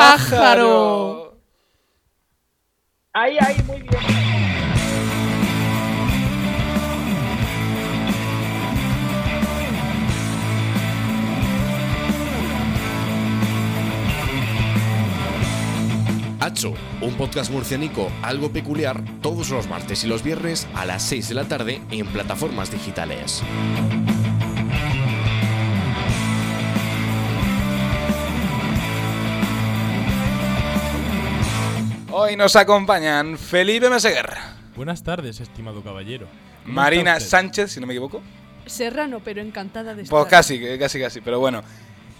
pájaro. Ahí, ahí, muy bien. Hacho, un podcast murcianico algo peculiar todos los martes y los viernes a las 6 de la tarde en plataformas digitales. Hoy nos acompañan Felipe Meseguer, Buenas tardes, estimado caballero. ¿Cómo Marina está usted? Sánchez, si no me equivoco. Serrano, pero encantada de estar. Pues casi, que- casi, casi, pero bueno.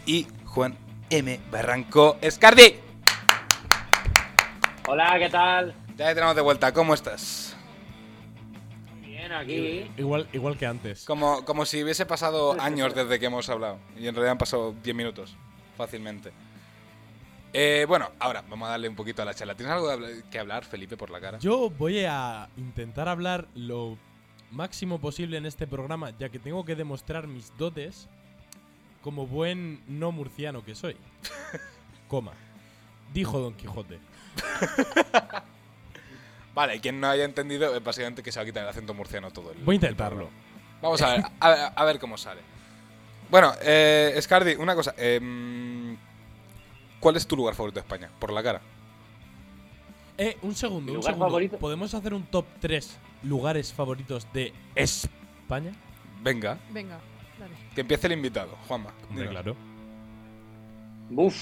Y Juan M. Barranco Escardi. Hola, ¿qué tal? Ya te tenemos de vuelta, ¿cómo estás? Bien, aquí. Igual, igual que antes. Como, como si hubiese pasado años desde que hemos hablado. Y en realidad han pasado 10 minutos, fácilmente. Eh, bueno, ahora vamos a darle un poquito a la charla. ¿Tienes algo de habl- que hablar, Felipe, por la cara? Yo voy a intentar hablar lo máximo posible en este programa, ya que tengo que demostrar mis dotes como buen no murciano que soy. Coma. Dijo Don Quijote. Vale, y quien no haya entendido, es básicamente que se va a quitar el acento murciano todo el. Voy a intentarlo. Vamos a ver, a, ver- a ver cómo sale. Bueno, eh, Scardi, una cosa. em, ¿Cuál es tu lugar favorito de España? Por la cara. Eh, un segundo, ¿Mi un lugar segundo. favorito? ¿Podemos hacer un top 3 lugares favoritos de España? Venga, Venga, dale. que empiece el invitado, Juanma. Hombre, Dinos. claro. Uf,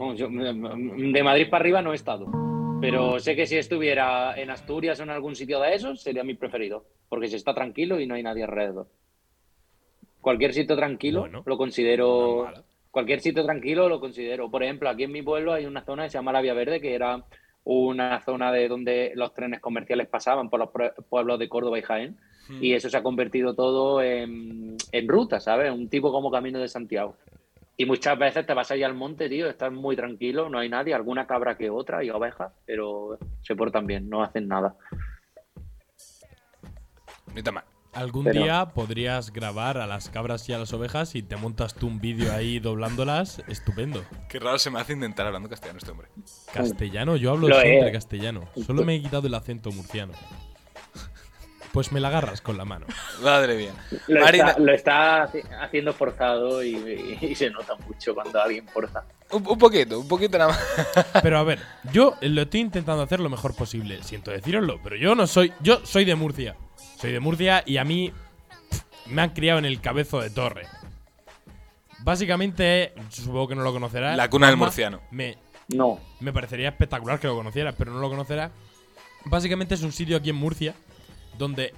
vamos, yo, mm, de Madrid para arriba no he estado. Pero sé que si estuviera en Asturias o en algún sitio de esos, sería mi preferido. Porque se está tranquilo y no hay nadie alrededor. Cualquier sitio tranquilo Bueno. lo No considero. es malo. Cualquier sitio tranquilo lo considero. Por ejemplo, aquí en mi pueblo hay una zona que se llama La Vía Verde, que era una zona de donde los trenes comerciales pasaban por los pre- pueblos de Córdoba y Jaén. Y eso se ha convertido todo en, en ruta, ¿sabes? Un tipo como Camino de Santiago. Y muchas veces te vas allá al monte, tío, estás muy tranquilo, no hay nadie, alguna cabra que otra y ovejas, pero se portan bien, no hacen nada. Ni tan mal. Algún Pero- día podrías grabar a las cabras y a las ovejas y te montas tú un vídeo ahí doblándolas. Estupendo. Qué raro se me hace intentar hablando castellano este hombre. Castellano, yo hablo Lo siempre es. castellano. Solo me he quitado el acento murciano. Pues me la agarras con la mano. Madre mía. Lo Marina, está, lo está haci- haciendo forzado y, y- y se nota mucho cuando alguien forza. un, un poquito, un poquito nada más. Pero a ver, yo lo estoy intentando hacer lo mejor posible. Siento deciroslo, pero yo no soy. Yo soy de Murcia. Soy de Murcia y a mí pff, me han criado en el cabezo de torre. Básicamente, supongo que no lo conocerás. La cuna del Juanma, murciano. Me, No, Me parecería espectacular que lo conocieras, pero no lo conocerás. Básicamente es un sitio aquí en Murcia donde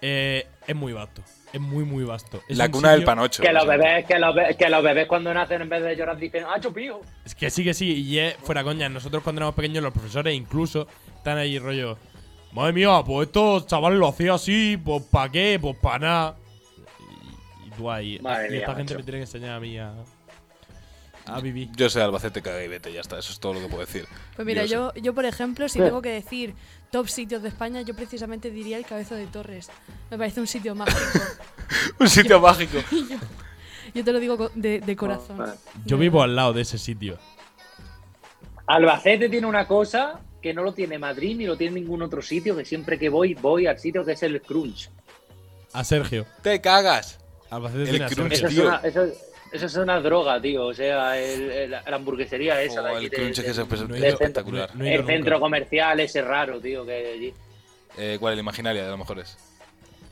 eh, es muy vasto. Es muy, muy vasto. Es la un cuna del sitio- panocho. que los, básicamente. bebés, que, los bebés, que los bebés cuando nacen en vez de llorar dicen ¡Ah, chupijo! Es que sí, que sí. Y es fuera coña. Nosotros cuando éramos pequeños, los profesores incluso están ahí rollo. Madre mía, pues estos chavales lo hacía así, pues pa' qué, pues pa' nada. Y, y tú ahí. Madre y mía, esta gente macho. me tiene que enseñar a mí a, a vivir. Yo soy de Albacete, caga y vete, ya está. Eso es todo lo que puedo decir. Pues mira, Dios. yo, yo por ejemplo, si tengo que decir top sitios de España, yo precisamente diría el Cabezo de Torres. Me parece un sitio mágico. Un sitio mágico. Yo te lo digo co- de, de corazón. Oh, Vale. Yo vivo al lado de ese sitio. Albacete tiene una cosa que no lo tiene Madrid ni lo tiene ningún otro sitio, que siempre que voy, voy al sitio que es el crunch. A Sergio. Te cagas. Albacete El tiene a crunch. Sergio. Eso es, Tío. una, eso, eso es una droga, tío. O sea, el- el- la hamburguesería esa. Oh, de aquí el de- crunch es de- que se- pues, No he es ido- espectacular. no he- el ido nunca. centro comercial ese raro, tío, que hay allí. Eh, ¿Cuál? El imaginaria, de lo mejor es.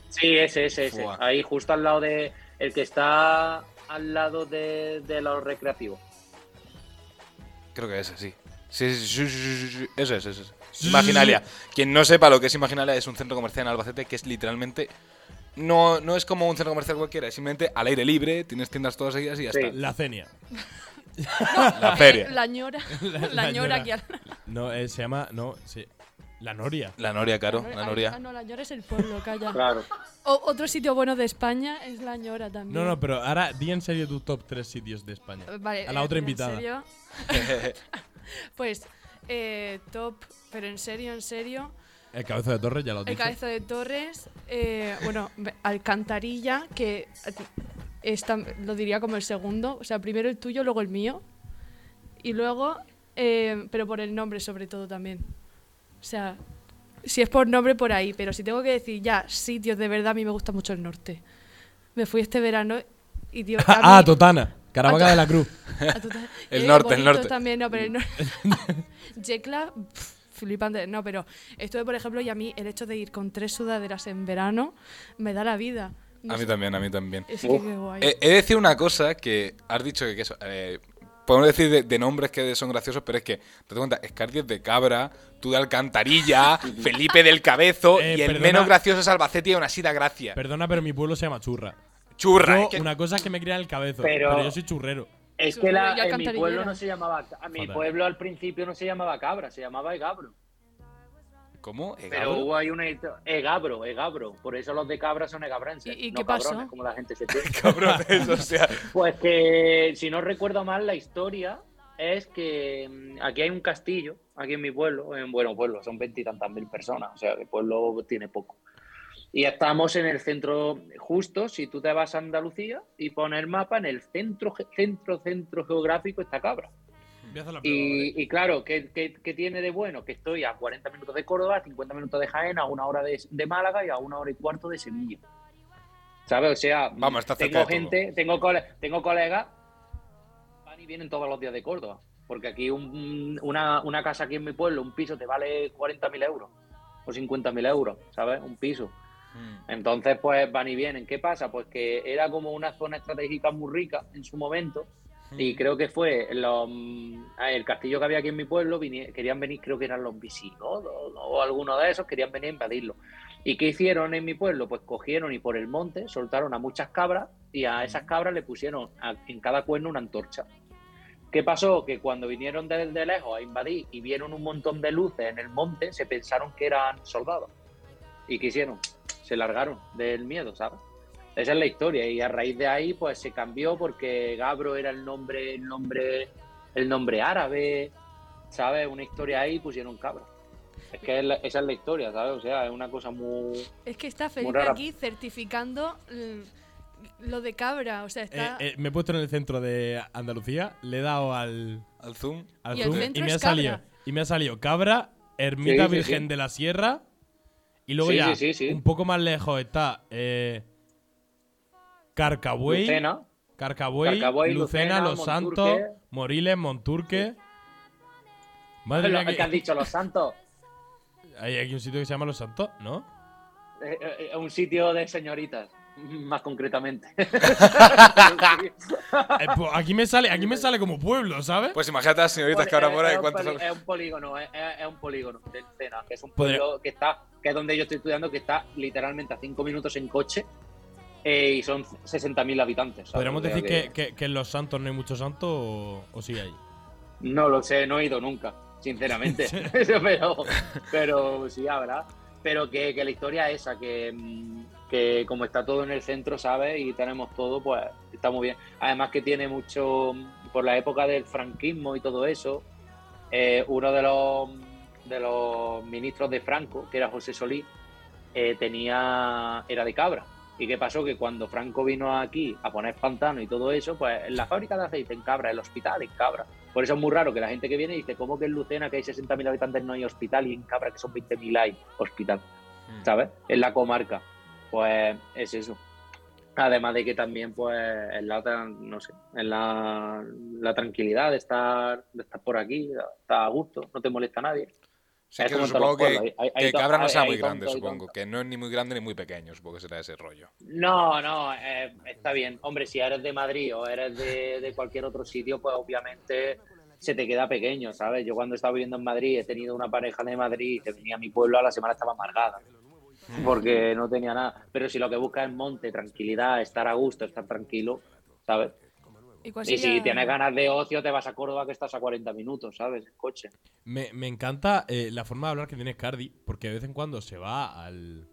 Sí, ese, ese, ese. Buah. Ahí justo al lado de... El que está al lado de, de los recreativos. Creo que ese, sí. Sí, sí, sí, sí, sí, sí. Eso es, eso es. Imaginalia. Quien no sepa lo que es Imaginalia es un centro comercial en Albacete que es literalmente. No, no es como un centro comercial cualquiera, es simplemente al aire libre, tienes tiendas todas seguidas y ya Sí. La cenia. está. La feria. La ñora. La ñora aquí al- No, eh, se llama. No, sí. La Noria. La Noria, caro, la Ah, Ah, Noria. no, la ñora es el pueblo, calla. Claro. O- otro sitio bueno de España es la ñora también. No, no, pero ahora di en serio tu top 3 sitios de España. Vale, a la eh, otra ¿en invitada. serio? Pues eh, top, pero en serio, en serio. El cabezo de torre ya lo El dije. Cabezo de Torres, eh, bueno, ve- Alcantarilla, que es tam- lo diría como el segundo, o sea, primero el tuyo, luego el mío, y luego eh, pero por el nombre sobre todo también. O sea, si es por nombre por ahí, pero si tengo que decir ya sitios de verdad, a mí me gusta mucho el norte. Me fui este verano y tío, a ah, mí- Totana. Caravaca de la Cruz. a total- El eh, norte, el Bonitos norte. También, no, pero el norte. Yecla, pf, flipante. No, pero estuve, por ejemplo, y a mí el hecho de ir con tres sudaderas en verano me da la vida. No A mí sé, también, a mí también. Es Uf. que qué guay. Eh, he de decir una cosa que has dicho que, que eso. eh, podemos decir de, de nombres que son graciosos, pero es que, date cuenta, Scardi es de Cabra, tú de Alcantarilla, Felipe del Cabezo Eh, y el perdona. menos gracioso es Albacete y aún así da gracia. Perdona, pero mi pueblo se llama Churra. Churra. Yo, es que- una cosa es que me cría en el cabezo, pero, Pero- yo soy churrero. Es Su que rollo la- en mi pueblo alcantarillero. no se llamaba. A mi Joder. pueblo al principio no se llamaba cabra, se llamaba egabro. ¿Cómo? ¿Egabro? Pero hubo ahí una. Egabro, egabro. Por eso los de cabra son egabrenses. ¿Y- y no qué pasó? cabrones, como la gente se cree. Cabrones, o sea. Pues que, si no recuerdo mal, la historia es que mm, aquí hay un castillo, aquí en mi pueblo, en bueno pueblo, son veintitantas mil personas, o sea, que el pueblo tiene poco. Y estamos en el centro, justo, si tú te vas a Andalucía y pones el mapa, en el centro, ge- centro, centro geográfico está Cabra. Voy a hacer la prueba, ¿vale? Y, eh, y claro, ¿qué, qué, qué tiene de bueno? Que estoy a 40 minutos de Córdoba, a 50 minutos de Jaén, a una hora de, de Málaga y a una hora y cuarto de Sevilla. ¿Sabes? O sea, Vamos, está cerca de tengo todo. gente, tengo, cole- tengo colegas, van y vienen todos los días de Córdoba. Porque aquí un- una, una casa aquí en mi pueblo, un piso, te vale 40.000 euros o 50.000 euros, ¿sabes? Un piso. Entonces, pues van y vienen. ¿Qué pasa? Pues que era como una zona estratégica muy rica en su momento. Y creo que fue los, mm, ah, el castillo que había aquí en mi pueblo, vinie- querían venir, creo que eran los visigodos o alguno de esos, querían venir a invadirlo. ¿Y qué hicieron en mi pueblo? Pues cogieron y por el monte soltaron a muchas cabras y a esas cabras le pusieron a- en cada cuerno una antorcha. ¿Qué pasó? Que cuando vinieron desde lejos a invadir y vieron un montón de luces en el monte, se pensaron que eran soldados. ¿Y qué hicieron? Se largaron del miedo, ¿sabes? Esa es la historia y a raíz de ahí pues se cambió porque Gabro era el nombre el nombre el nombre árabe, ¿sabes? Una historia ahí pusieron Cabro. Es que es la- esa es la historia, ¿sabes? O sea, es una cosa muy es que está Felipe rara. aquí certificando mm, lo de cabra. O sea, Eh, está. eh, me he puesto en el centro de Andalucía, le he dado al, Al Zoom. al Y el zoom y centro me, ha es salido, Cabra. y me ha salido Cabra, Ermita Sí, sí, Virgen sí. de la Sierra, y luego Sí, sí, ya sí, sí. un poco más lejos está eh, Carcabuey, Lucena. Carcabuey, Carcabuey, Lucena, Lucena, Los Santos, Monturque. Moriles, Monturque. Madre Lo mía, que que- han dicho los santos. hay aquí un sitio que se llama Los Santos, ¿no? Eh, eh, eh, un sitio de señoritas, más concretamente. Eh, pues aquí me sale, aquí me sale como pueblo, ¿sabes? Pues imagínate a las señoritas que ahora por ahí, Es un ¿cuántas poli- son? Es un polígono, es, es- es un polígono de Lucena, que es un Podría- pueblo que está, que es donde yo estoy estudiando, que está literalmente a cinco minutos en coche eh, y son 60.000 habitantes. ¿sabes? ¿Podríamos O sea decir que, que- que en Los Santos no hay muchos santos o, o sí hay? No lo sé, no he ido nunca, sinceramente. pero, pero sí habrá. Pero que, que la historia es esa, que, mm, que como está todo en el centro, ¿sabes? Y tenemos todo, pues está muy bien. Además que tiene mucho, mm, por la época del franquismo y todo eso, eh, uno de los, mm, de los ministros de Franco, que era José Solís, eh, tenía, era de cabra. ¿Y qué pasó? Que cuando Franco vino aquí a poner pantano y todo eso, pues en la fábrica de aceite en Cabra, el hospital en Cabra. Por eso es muy raro que la gente que viene dice, ¿cómo que en Lucena, que hay 60.000 habitantes, no hay hospital? Y en Cabra, que son 20.000, hay hospital, ¿sabes? En la comarca. Pues es eso. Además de que también, pues, en la, tra- no sé, en la, la tranquilidad de estar, de estar por aquí, está a gusto, no te molesta a nadie. O sea, Es que como en supongo todos los que, pueblos, hay- hay que to- Cabra no hay- sea hay muy tonto, grande, hay supongo. tonto. Que no es ni muy grande ni muy pequeño, supongo que será ese rollo. No, no, eh, está bien. Hombre, si eres de Madrid o eres de, de cualquier otro sitio, pues obviamente se te queda pequeño, ¿sabes? Yo cuando estaba viviendo en Madrid he tenido una pareja de Madrid y que venía a mi pueblo, a la semana estaba amargada, porque no tenía nada. Pero si lo que buscas es monte, tranquilidad, estar a gusto, estar tranquilo, ¿sabes? ¿Y, Pues cuál Y si sería- tienes ganas de ocio, te vas a Córdoba que estás a 40 minutos, ¿sabes? En coche. Me, me encanta eh, la forma de hablar que tiene Cardi, porque de vez en cuando se va al.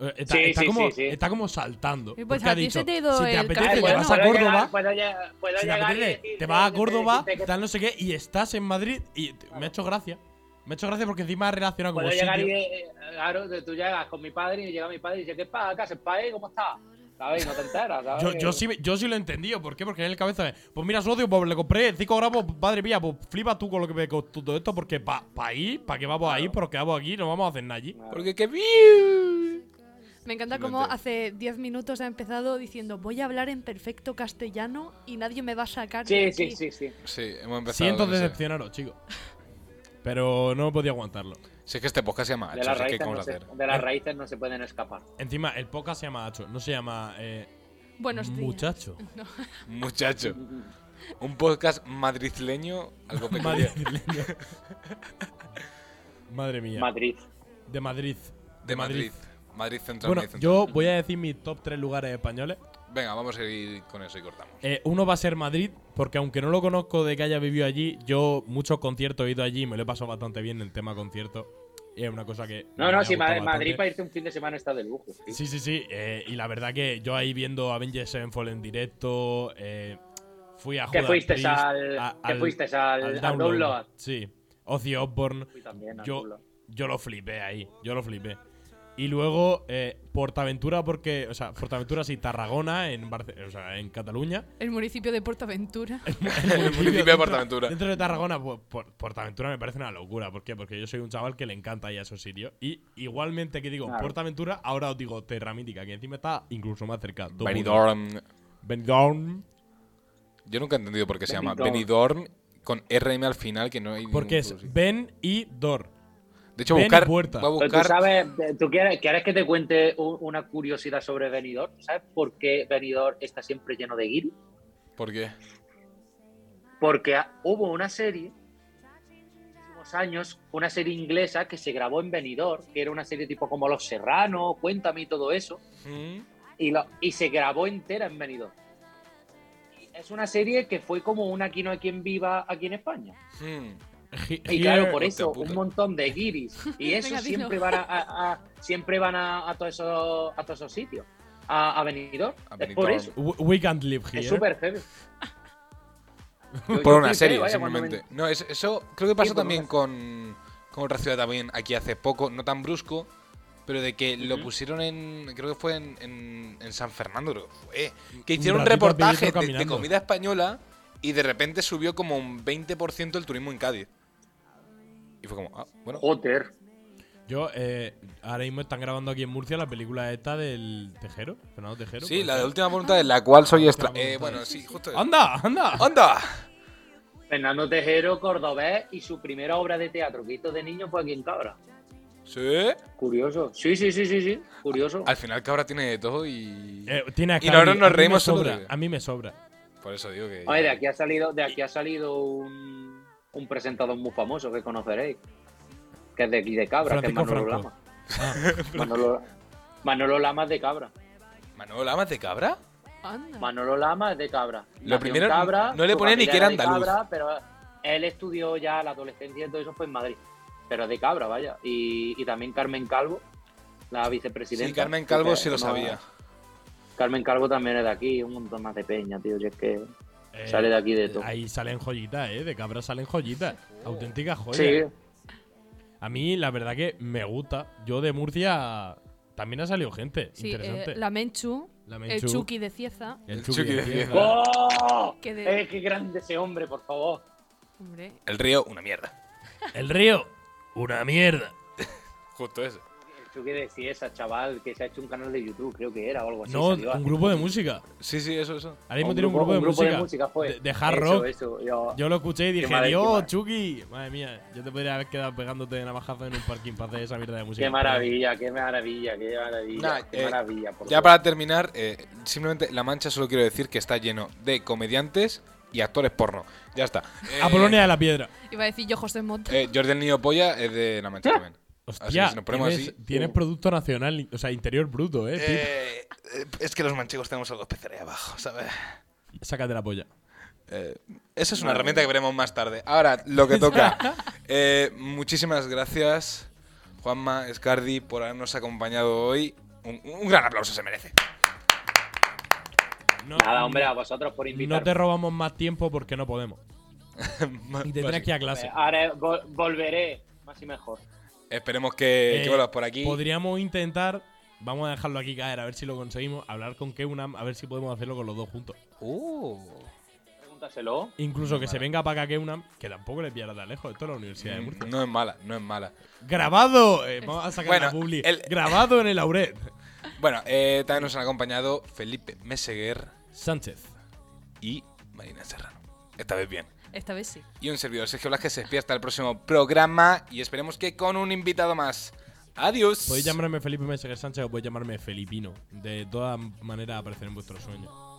Eh, Está, Sí, está sí, como, sí, sí. está como saltando. Y pues porque a ha ti dicho, se te ha ido si te el apetece, Ay, te bueno, vas puedo a Córdoba. si te apetece, apetece, te vas a Córdoba, tal no sé qué, y estás en Madrid. Y te- me ha hecho gracia. Me ha hecho gracia porque encima ha relacionado como Puedo llegar y, sitio. eh, claro, tú llegas con mi padre y llega mi padre y dice, ¿qué pasa? ¿Qué haces, padre? ¿Cómo estás? ¿sabes? Y no te enteras, ¿sabes? Yo, yo, sí, yo sí lo he entendido. ¿Por qué? Porque en el cabeza es, Pues mira, sodio, pues le compré 5 gramos. Madre mía, pues flipa tú con lo que me costó todo esto. Porque para pa ahí, ¿para qué vamos ahí? Pero quedamos aquí, no vamos a hacer nada allí. Porque qué bien. Me encanta Sí, lo cómo entiendo. hace 10 minutos ha empezado diciendo voy a hablar en perfecto castellano y nadie me va a sacar de Sí, aquí". sí, sí, sí. Sí, hemos empezado. Siento con ese. decepcionaros, chicos. Pero no podía aguantarlo. Si es que este podcast se llama De Hachos, las, es que raíces ¿cómo no vas a se, hacer? de las raíces no se pueden escapar. Encima, el podcast se llama Hacho, no se llama eh, Buenos días. Muchacho. No. Muchacho. Un podcast madrileño, algo Madre, peculiar. Madre mía. Madrid. de Madrid. De Madrid. Madrid Central. Bueno, Madrid Central. yo voy a decir mis top 3 lugares españoles. Venga, vamos a ir con eso y cortamos. Eh, uno va a ser Madrid, porque aunque no lo conozco de que haya vivido allí, yo muchos conciertos he ido allí y me lo he pasado bastante bien en tema conciertos. Y es una cosa que. No, me ha no, si gustado Madrid, Madrid bastante. para irte un fin de semana está de lujo. sí. Sí, sí, sí. eh, y la verdad que yo ahí viendo Avengers Sevenfold en directo, eh, fui a Que Judas fuiste Priest, al- a- que fuiste al- al Download. Sí. Ozzy Osbourne. Fui también al Yo, Download. yo lo flipé ahí. Yo lo flipé. Y luego eh, Portaventura porque, o sea, Portaventura sí, Tarragona en, Barce- o sea, en Cataluña. El municipio de Portaventura. El municipio de dentro- Portaventura. Dentro de Tarragona, pues, por- Portaventura me parece una locura. ¿Por qué? Porque yo soy un chaval que le encanta ir a esos sitios. Y igualmente que digo Claro. Portaventura, ahora os digo Terra Mítica, que encima está incluso más cerca. Dos puntos. Benidorm. Benidorm. Yo nunca he entendido por qué se llama Benidorm. Benidorm con RM al final, que no hay. Porque ningún- es Ben y Dor. De hecho, voy a Ben y buscar. Puerta. Voy a Pero buscar. tú sabes, eh, tú quieres, quieres que te cuente u- una curiosidad sobre Benidorm. ¿Sabes por qué Benidorm está siempre lleno de guiri? ¿Por qué? Porque a- hubo una serie unos años, una serie inglesa que se grabó en Benidorm, que era una serie tipo como Los Serranos, Cuéntame y todo eso, Hmm, Mm. y, lo- y se grabó entera en Benidorm. Y Es una serie que fue como una Aquí no hay quien viva aquí en España. hmm. Mm. Y claro, por eh, Hostia eso, puta. un montón de guiris. Y eso Venga, dilo. siempre van a, a- a- siempre van a, a todos esos, a todos esos sitios. A, a Benidorm. A Es por Benidorm. eso. We we can't live here. Es súper heavy. Yo- yo Por una flipé, serie, vaya, cuando me- simplemente. No, es- eso creo que pasó por también una- con, con otra ciudad también aquí hace poco, no tan brusco, pero de que lo Ujú. pusieron en. Creo que fue en, en- en San Fernando, creo que fue. Que hicieron un, ratito reportaje rapidito de- de, caminando. comida española y de repente subió como un 20% el turismo en Cádiz. Y fue como, ah, bueno. Joder. Yo, eh, ahora mismo están grabando aquí en Murcia la película esta del Tejero, Fernando Tejero. Sí, pues ¿puede la de ser? última voluntad de la cual soy La extra. Última Eh, Voluntad. bueno, sí, justo. eso. ¡Anda, anda! ¡Anda! Fernando Tejero, cordobés, y su primera obra de teatro que hizo de niño fue aquí en Cabra. Sí. Curioso. Sí, sí, sí, sí, sí. Curioso. Ah, Al final Cabra tiene de todo y. Eh, tiene a Y Cali, nosotros nos a mí me reímos solo sobra, de- A mí me sobra. Por eso digo que. Oye, de aquí ha salido, de aquí ha salido un, un presentador muy famoso que conoceréis. Que es de aquí de Cabra, Francisco que es Manolo Franco. Ah. Lama. Manolo, Manolo Lama es de Cabra. ¿Manuel Amas de Cabra? Anda. Manolo Lama es de Cabra. Nació en primero, no le su ponía ni que familia era de andaluz. Cabra, pero él estudió ya la adolescencia y todo eso fue en Madrid. Pero es de Cabra, vaya. Y, y también Carmen Calvo, la vicepresidenta. Sí, Carmen Calvo Que sí lo no- sabía. Carmen Calvo también es de aquí, un montón más de peña, tío. Y es que Eh, sale de aquí de todo. Ahí salen joyitas, ¿eh? De cabra salen joyitas. Auténticas joyas. Sí, A mí, la verdad que me gusta. Yo de Murcia también ha salido gente. Sí, interesante. eh, la Menchu, La el Menchu, Chucky de Cieza. El El Chucky Chucky de de Cieza. ¡Oh! Que de- ¡Eh, qué grande ese hombre, por favor! Hombre, El río, una mierda. El río, una mierda. Justo eso. Tú qué decías, chaval, que se ha hecho un canal de YouTube, creo que era, o algo así. No, Pues salió un hace- grupo de música. Sí, sí, eso, eso. Ahora mismo tiene un grupo, de, música. fue. De, de hard Eso, rock. eso, yo- Yo lo escuché y dije, mala Dios, estima". Chucky. Madre mía, yo te podría haber quedado pegándote de navajazo en un parking para hacer esa mierda de música. Qué maravilla, qué maravilla, qué maravilla, Nah, qué eh, maravilla. por Ya Dios. para terminar, eh, simplemente La Mancha solo quiero decir que está lleno de comediantes y actores porno. Ya está. Eh, Apolonia de la Piedra. iba a decir yo José Mota. eh, Jordi el Niño Polla es de La Ah. Mancha también. Así que Hostia, Ah, si nos ponemos tienes, así. uh. tienes producto nacional, o sea, interior bruto, eh. Pip. Eh, eh, es que los manchegos tenemos algo especial ahí abajo, ¿sabes? Sácate la polla. Eh, esa es una herramienta que veremos más tarde. Ahora, lo que toca. Eh, muchísimas gracias, Juanma, Escardi, por habernos acompañado hoy. Un, un gran aplauso se merece. No, Nada, hombre, a vosotros por no invitarme. te robamos más tiempo porque no podemos. Ma- Y tendrás que ir a clase. Eh, Ahora vol- volveré, más y mejor. Esperemos que, Eh, que vuelvas por aquí. Podríamos intentar vamos a dejarlo aquí caer, a ver si lo conseguimos. Hablar con Keunam, a ver si podemos hacerlo con los dos juntos. Uh. Pregúntaselo. Incluso que se venga para acá Keunam, que tampoco le pillará tan lejos. Esto es la Universidad de Murcia. Mm, No es mala, no es mala. Grabado, eh, vamos a sacar Bueno, la publi. el- Grabado en el Auret. Bueno, eh, también nos han acompañado Felipe Meseguer Sánchez. y Marina Serrano. Esta vez bien. Esta vez sí. Y un servidor, Sergio Blas, que se despide hasta el próximo programa y esperemos que con un invitado más. Adiós. Podéis llamarme Felipe Meseguer Sánchez o podéis llamarme Felipino. De todas maneras aparecer en vuestros sueños.